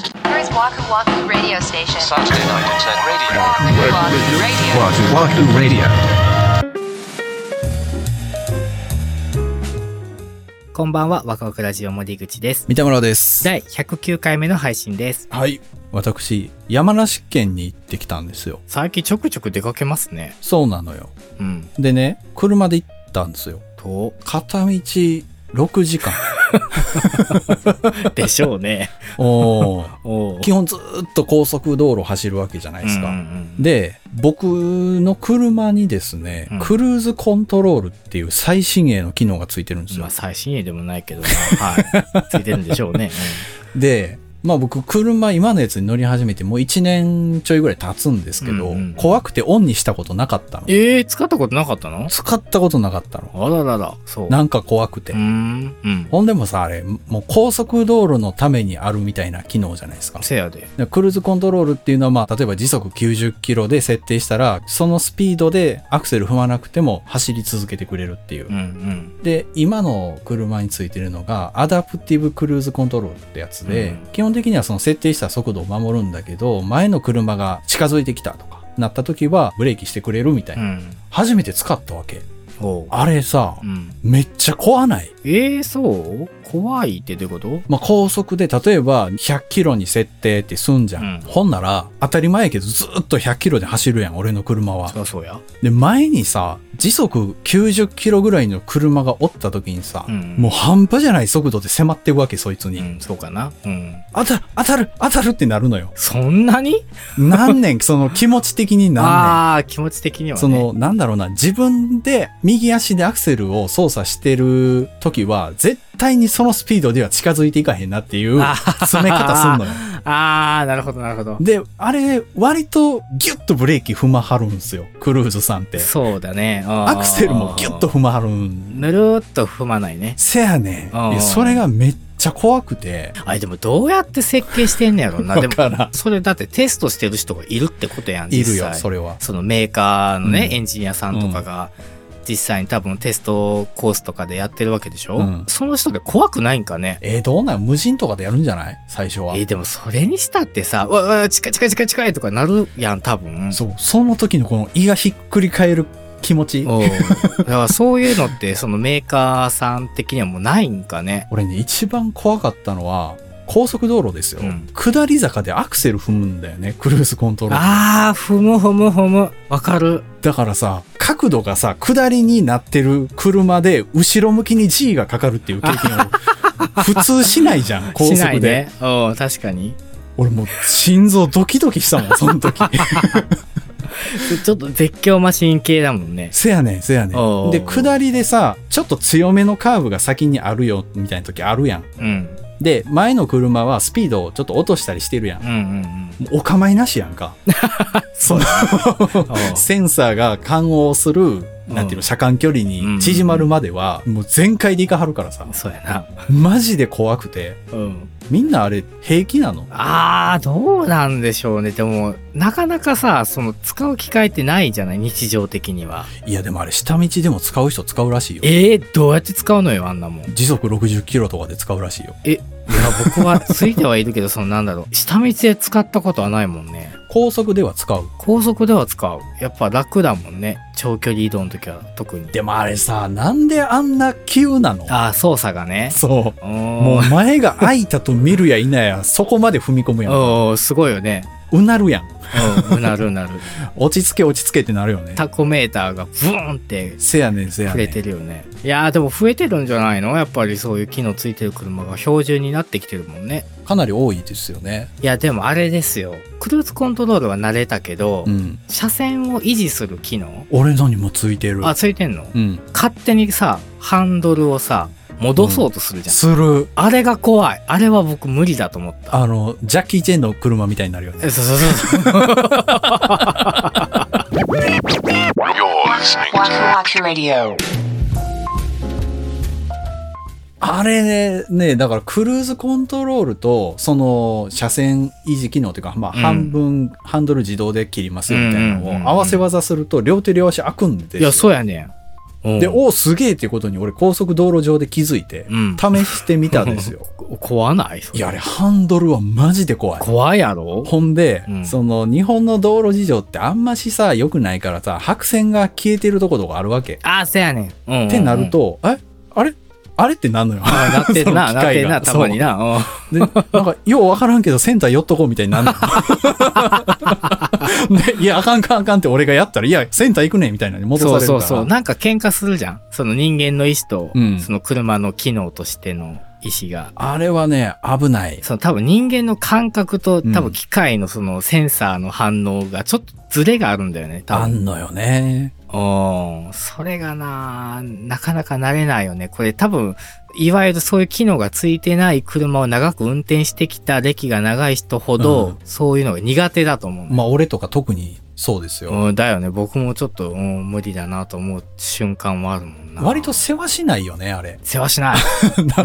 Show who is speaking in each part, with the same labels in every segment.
Speaker 1: Waku Waku Radio Station.
Speaker 2: Saturday night at 10 radio.
Speaker 1: Waku Waku Radio.
Speaker 3: Wahoo Wahoo Radio.
Speaker 4: こんばんは、ワクワクラジオ森口です。
Speaker 5: 三田村です。
Speaker 4: 第109回目の配信です。
Speaker 5: はい。私、山梨県に行ってきたんですよ。
Speaker 4: 最近ちょくちょく出かけますね。
Speaker 5: そうなのよ。
Speaker 4: うん。
Speaker 5: でね、車で行ったんですよ。
Speaker 4: と、
Speaker 5: 片道6 時間。
Speaker 4: でしょうね。
Speaker 5: おー
Speaker 4: お
Speaker 5: 基本ずーっと高速道路走るわけじゃないです
Speaker 4: うん
Speaker 5: か。
Speaker 4: うん
Speaker 5: で、僕の車にですね、
Speaker 4: うん
Speaker 5: クルーズコントロールっていう最新鋭の機能がついてるんで
Speaker 4: うん
Speaker 5: す
Speaker 4: まあ、
Speaker 5: よ。
Speaker 4: 最新鋭でもないけ どな、はい。ついてるんでしょうね。
Speaker 5: で、まあ僕、車、今のやつに乗り始めてもう1年ちょいぐらい経つんですけど、
Speaker 4: うんうん
Speaker 5: 怖くてオンにしたことなかったの。
Speaker 4: ええー、使ったことなかったの
Speaker 5: 使ったことなかったの。
Speaker 4: あららら、そう。
Speaker 5: なんか怖くて。
Speaker 4: うーん。うん。
Speaker 5: ほんでもさ、あれ、もう高速道路のためにあるみたいな機能じゃないですか。
Speaker 4: せやで。
Speaker 5: でクルーズコントロールっていうのは、まあ、例えば時速90キロで設定したら、そのスピードでアクセル踏まなくても走り続けてくれるっていう
Speaker 4: う。んうん。
Speaker 5: で、今の車についてるのが、アダプティブクルーズコントロールってやつで、
Speaker 4: うん
Speaker 5: 基本的にはその設定した速度を守るんだけど、前の車が近づいてきたとか、なった時はブレーキしてくれるみたいうな。
Speaker 4: ん。
Speaker 5: 初めて使ったわけ。
Speaker 4: おう。
Speaker 5: あれさ、
Speaker 4: うん。
Speaker 5: めっちゃ怖ない
Speaker 4: ええー、そう怖いってどういうこと
Speaker 5: まあ、高速で例えば100キロに設定ってすんじゃん、
Speaker 4: うん
Speaker 5: ほんなら当たり前やけどずっと100キロで走るやん俺の車は
Speaker 4: そりゃそうや。
Speaker 5: で前にさ時速90キロぐらいの車がおった時にさ、
Speaker 4: うん
Speaker 5: もう半端じゃない速度で迫っていくわけそいつに、
Speaker 4: うん、そうかな。うん。
Speaker 5: 当たる当たる当たるってなるのよ
Speaker 4: そんなに
Speaker 5: 何年その気持ち的に何年
Speaker 4: ああ、気持ち的にはね。
Speaker 5: その、なんだろうな、自分で右足でアクセルを操作してる時は、絶対にそのスピードでは近づいていかへんなっていう
Speaker 4: あ
Speaker 5: 詰め方すんのよ。
Speaker 4: ああ、なるほど、なるほど。
Speaker 5: で、あれ、割とギュッとブレーキ踏まはるんですよ。クルーズさんって。
Speaker 4: そうだね。うん
Speaker 5: アクセルもギュッと。踏まはるん。
Speaker 4: ぬるーっと踏まないね。
Speaker 5: せやねん
Speaker 4: あー
Speaker 5: いや。それがめっちゃ怖くて。
Speaker 4: あれ、でもどうやって設計してんねやろな。で
Speaker 5: だ
Speaker 4: も、
Speaker 5: からん、
Speaker 4: それだってテストしてる人がいるってことやん、
Speaker 5: い
Speaker 4: 実際
Speaker 5: るよ、それは。
Speaker 4: そのメーカーのね、
Speaker 5: うん
Speaker 4: エンジニアさんとかが、実際に多分テストコースとかでやってるわけでしょ、
Speaker 5: うん
Speaker 4: その人で怖くないんかね
Speaker 5: えーどうなん無人とかでやるんじゃない最初は
Speaker 4: え。でもそれにしたってさ、うわうわ、近い近い近い近いとかなるやん、多分。
Speaker 5: そう、その時のこの胃がひっくり返る気持ち。
Speaker 4: おうだからそういうのってそのメーカーさん的にはもうないんかね
Speaker 5: 俺ね、一番怖かったのは、高速道路ですよ、
Speaker 4: うん
Speaker 5: 下り坂でアクセル踏むんだよね、クルーズコントロール。
Speaker 4: あーふむふむふむわかる
Speaker 5: だからさ、角度がさ、下りになってる車で、後ろ向きに G がかかるっていう経 験を、普通しないじゃん、高
Speaker 4: し
Speaker 5: 速
Speaker 4: な
Speaker 5: で。
Speaker 4: いねうん確かに
Speaker 5: 俺もう、心臓ドキドキした もん、その時。
Speaker 4: ちょっと絶叫マシン系だもんね
Speaker 5: せやねん、せやね。
Speaker 4: おうん
Speaker 5: で、下りでさ、ちょっと強めのカーブが先にあるよ、みたいな時あるやん。
Speaker 4: うん
Speaker 5: で、前の車はスピードをちょっと落としたりしてるやん。
Speaker 4: うんう
Speaker 5: も
Speaker 4: んうん
Speaker 5: うお構いなしやんか。
Speaker 4: そうおう
Speaker 5: センサーが感応する、なん
Speaker 4: うん
Speaker 5: ていうの、車間距離に縮まるまでは、もう全開でいかはるからさ、
Speaker 4: そうやな
Speaker 5: マジで怖くて。
Speaker 4: うん
Speaker 5: みんなあれ平気なの
Speaker 4: あーどうなんでしょうねでもなかなかさその使う機会ってないじゃない日常的にはい
Speaker 5: やでもあれ下道でも使う人使うらしいよ。
Speaker 4: えー、どうやって使うのよあんなもん
Speaker 5: 時速60キロとかで使うらしいよ。
Speaker 4: いや、僕 はついてはいるけど、そのなんだろう。下道で使ったことはないもんね。
Speaker 5: 高速では使う。
Speaker 4: 高速では使う。やっぱ楽だもんね。長距離移動の時は特に。
Speaker 5: でもあれさ、なんであんな急なの
Speaker 4: ああ、操作がね。
Speaker 5: そ
Speaker 4: お
Speaker 5: う。も
Speaker 4: も
Speaker 5: う前が開いたと見るや否や、そこまで踏み込むやん。
Speaker 4: おーすごいよね。
Speaker 5: うなるやん。
Speaker 4: うん、うなるう なる。
Speaker 5: 落ち着け落ち着けってなるよね。
Speaker 4: タコメーターがブーンって
Speaker 5: せやねんせや
Speaker 4: 触
Speaker 5: ね
Speaker 4: れ
Speaker 5: ん。
Speaker 4: てるよね。いやー、でも増えてるんじゃないのやっぱりそういう機能ついてる車が標準になってきてるもんね。
Speaker 5: かなり多いですよね。
Speaker 4: いや、でもあれですよ。クルーズコントロールは慣れたけど、
Speaker 5: うん。
Speaker 4: 車線を維持する機能
Speaker 5: 俺のにもついてる。
Speaker 4: あ、ついてんの
Speaker 5: うん。
Speaker 4: 勝手にさハンドルをさ戻そうとするじゃん、
Speaker 5: する。
Speaker 4: あれが怖いあれは僕無理だと思った
Speaker 5: あの、ジャッキー・チェンの車みたいになるよね。
Speaker 4: え そうそうそう
Speaker 2: You're listening
Speaker 1: Waku
Speaker 2: to
Speaker 1: Waku Radio.
Speaker 5: あれね、ね、だからクルーズコントロールと、その車線維持機能というか、まあ
Speaker 4: うん
Speaker 5: 半分、ハンドル自動で切りますよみたいな
Speaker 4: うんうんうんうん
Speaker 5: のを合わせ技すると両手両足開くんですよ。
Speaker 4: いやそうやねんうん
Speaker 5: で、おお、すげえってことに俺高速道路上で気づいて
Speaker 4: うん、
Speaker 5: 試してみたんです よ。
Speaker 4: こ怖ないそれ
Speaker 5: いや、あれ、ハンドルはマジで怖い。
Speaker 4: 怖いやろ
Speaker 5: ほんで、
Speaker 4: うん
Speaker 5: その日本の道路事情ってあんましさ、良くないからさ、白線が消えてるとことかあるわけ。
Speaker 4: あ、せやねん。うんうんうん
Speaker 5: ってなる。と、えあれあれってなんのよ。
Speaker 4: あなってんな、
Speaker 5: その機械が
Speaker 4: なってんな、たまにな。うん
Speaker 5: で、なんか、ようわからんけど、センター寄っとこうみたいにな んので、いや、あかんかんあかんって俺がやったら、いや、センター行くねみたいなに戻さ
Speaker 4: そ
Speaker 5: れ
Speaker 4: う
Speaker 5: る
Speaker 4: そ
Speaker 5: か
Speaker 4: う
Speaker 5: ら。
Speaker 4: そう。なんか喧嘩するじゃん。その人間の意思と、
Speaker 5: うん
Speaker 4: その車の機能としての意思が。
Speaker 5: あれはね、危ない。
Speaker 4: その多分人間の感覚と
Speaker 5: うん
Speaker 4: 多分機械のそのセンサーの反応がちょっとズレがあるんだよね、多
Speaker 5: あ
Speaker 4: 分。
Speaker 5: んのよね。
Speaker 4: うん。それがな、なかなか慣れないよね。これ多分、いわゆるそういう機能がついてない車を長く運転してきた歴が長い人ほど、
Speaker 5: うん
Speaker 4: そういうのが苦手だと思うのよ
Speaker 5: まあ、俺とか特にそうですよ。
Speaker 4: うん、だよね。僕もちょっと、うん、無理だなと思う瞬間はあるもんな。
Speaker 5: 割と世話しないよね、あれ。
Speaker 4: 世話しない。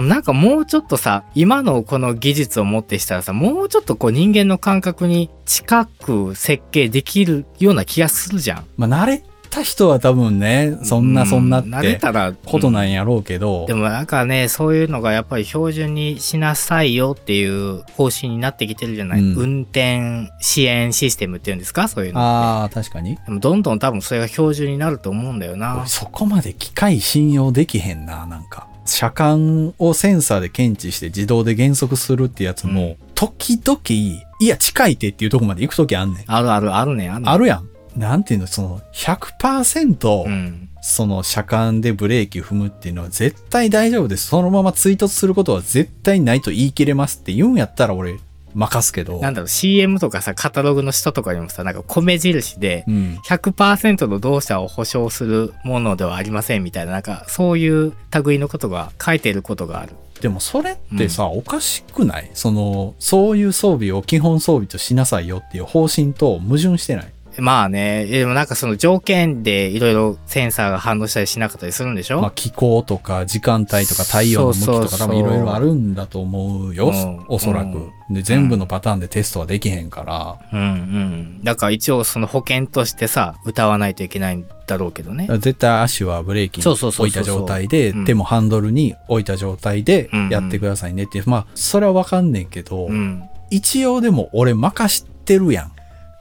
Speaker 4: なんかもうちょっとさ、今のこの技術をもってしたらさ、もうちょっとこう人間の感覚に近く設計できるような気がするじゃん。
Speaker 5: まあ、慣れた人は多分ね、そ
Speaker 4: う
Speaker 5: んなそんなっ
Speaker 4: 慣れ
Speaker 5: て
Speaker 4: たら、
Speaker 5: こと
Speaker 4: い。
Speaker 5: なんやろうけど
Speaker 4: で、もなんかね、そういうのがやっぱり標準にしなさいよっていう方針になってきてるじゃない、
Speaker 5: うん
Speaker 4: 運転支援システムっていうんですかそういうの。
Speaker 5: ああ、確かに。
Speaker 4: でもどんどん多分それが標準になると思うんだよな
Speaker 5: 俺。そこまで機械信用できへんな、なんか。車間をセンサーで検知して自動で減速するってやつも、時々、いや、近いてっていうとこまで行くときあんねん。
Speaker 4: あるあるあるね、あるね。
Speaker 5: あるやん。なんていうの、その、100%、
Speaker 4: うん。
Speaker 5: その車間でブレーキ踏むっていうのは絶対大丈夫です。そのまま追突することは絶対ないと言い切れますって言うんやったら俺、任すけど。
Speaker 4: なんだろう、CM とかさ、カタログの人とかにもさ、なんか米印で、
Speaker 5: うん。
Speaker 4: 100%の同社を保証するものではありませんみたいな、なんかそういう類のことが書いてることがある。
Speaker 5: でもそれってさ、おかしくないその、そういう装備を基本装備としなさいよっていう方針と矛盾してない。
Speaker 4: まあね、でもなんかその条件でいろいろセンサーが反応したりしなかったりするんでしょ、
Speaker 5: まあ気候とか時間帯とか太陽の向きと
Speaker 4: そうそ
Speaker 5: か
Speaker 4: うそ
Speaker 5: 多
Speaker 4: う
Speaker 5: 分いろいろあるんだと思うよ、
Speaker 4: うん
Speaker 5: おそらく、
Speaker 4: う
Speaker 5: で、全部のパターンでテストはできへんから、
Speaker 4: うんうん。だから一応その保険としてさ、歌わないといけないんだろうけどね。
Speaker 5: 絶対足はブレーキに
Speaker 4: そうそうそう
Speaker 5: 置い
Speaker 4: そう
Speaker 5: た
Speaker 4: そう
Speaker 5: 状態で、
Speaker 4: うん
Speaker 5: 手もハンドルに置いた状態で
Speaker 4: うんうん
Speaker 5: やってくださいねっていう、まあそれはわかんねんけど、
Speaker 4: うん。
Speaker 5: 一応でも俺任してるやん。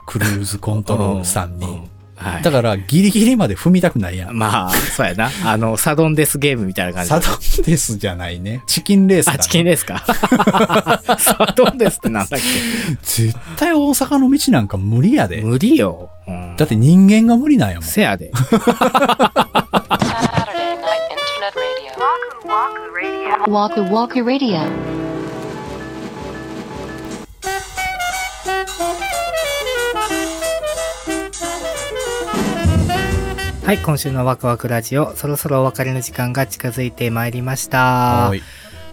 Speaker 5: クルーズコントロールさん
Speaker 4: うう
Speaker 5: に。
Speaker 4: はい。
Speaker 5: だからギリギリまで踏みたくないやん。
Speaker 4: まあ、そうやな。あの、サドンデスゲームみたいな感じだ
Speaker 5: サドンデスじゃないね。チキンレースだ、
Speaker 4: あ、チキンですか サドンデスってなんだっ
Speaker 5: 絶対大阪の道なんか無理や
Speaker 4: け
Speaker 5: で。
Speaker 4: 無理よ。うん、
Speaker 5: だって人間が無理なんやもん。
Speaker 4: せ やで。
Speaker 1: Saturday night internet radio. Waku Waku Radio. Waku Waku Radio.
Speaker 4: はい、今週のワクワクラジオ、そろそろお別れの時間が近づいてまいりました。
Speaker 5: は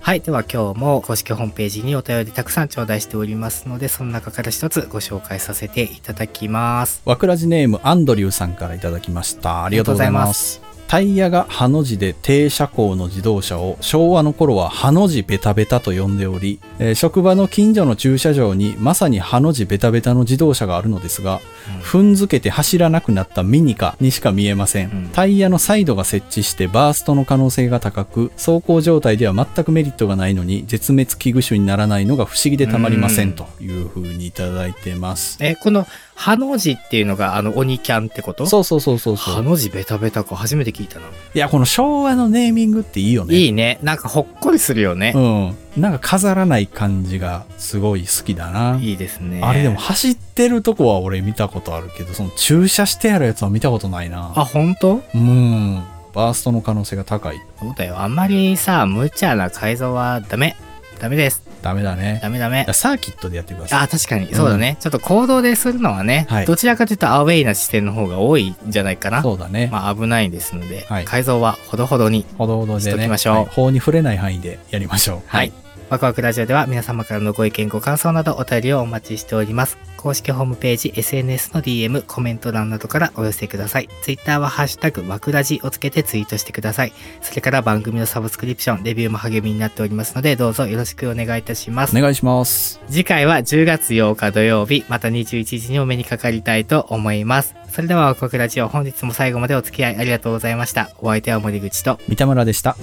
Speaker 4: はいい。では今日も公式ホームページにお便りたくさん頂戴しておりますので、その中から一つご紹介させていただきます。
Speaker 5: わくらじネームアンドリューさんからいただきました。ありがとうございます。タイヤがハの字で低車高の自動車を昭和の頃はハの字ベタベタと呼んでおり、えー職場の近所の駐車場にまさにハの字ベタベタの自動車があるのですが、踏んづけて走らなくなったミニカにしか見えません、
Speaker 4: うん
Speaker 5: タイヤのサイドが設置してバーストの可能性が高く走行状態では全くメリットがないのに絶滅危惧種にならないのが不思議でたまりませんというふうにいただいてます、
Speaker 4: え、この、ハの字っていうのが、あの、鬼キャンってこと
Speaker 5: そうそうそうそうそう
Speaker 4: ハの字ベタベタか、初めて聞いたな。
Speaker 5: いや、この昭和のネーミングっていいよね。
Speaker 4: いいね。なんかほっこりするよね。
Speaker 5: うん。なんか飾らない感じがすごい好きだな。
Speaker 4: いいですね。
Speaker 5: あれでも走ってるとこは俺見たことあるけど、その駐車してあるやつは見たことないな。
Speaker 4: あ、本当
Speaker 5: うん。バーストの可能性が高い。
Speaker 4: そうだよ。あんまりさ、無茶な改造はダメ。ダメです。
Speaker 5: ダメだね。
Speaker 4: ダメダメ。
Speaker 5: サーキットでやってください。
Speaker 4: あ、確かに。そうだね。ちょっと行動でするのはね、
Speaker 5: はい
Speaker 4: どちらかというとアウェイな視点の方が多いんじゃないかな。
Speaker 5: そうだね。
Speaker 4: まあ危ないですので、
Speaker 5: はい
Speaker 4: 改造はほどほどに。
Speaker 5: ほどほど
Speaker 4: し
Speaker 5: で
Speaker 4: とき
Speaker 5: ね。
Speaker 4: ましょう
Speaker 5: はい法に触れない範囲でやりましょう。
Speaker 4: はい。ワクワクラジオでは皆様からのご意見、ご感想などお便りをお待ちしております。公式ホームページ、SNS の DM、コメント欄などからお寄せください。Twitter はハッシュタグ、ワクラジをつけてツイートしてください。それから番組のサブスクリプション、レビューも励みになっておりますので、どうぞよろしくお願いいたします
Speaker 5: お。願いします。
Speaker 4: 次回は10月8日土曜日、また21時にお目にかかりたいと思います。それでは、ワクワクラジオ、本日も最後までお付き合いありがとうございました。お相手は森口と、
Speaker 5: 三田村でした。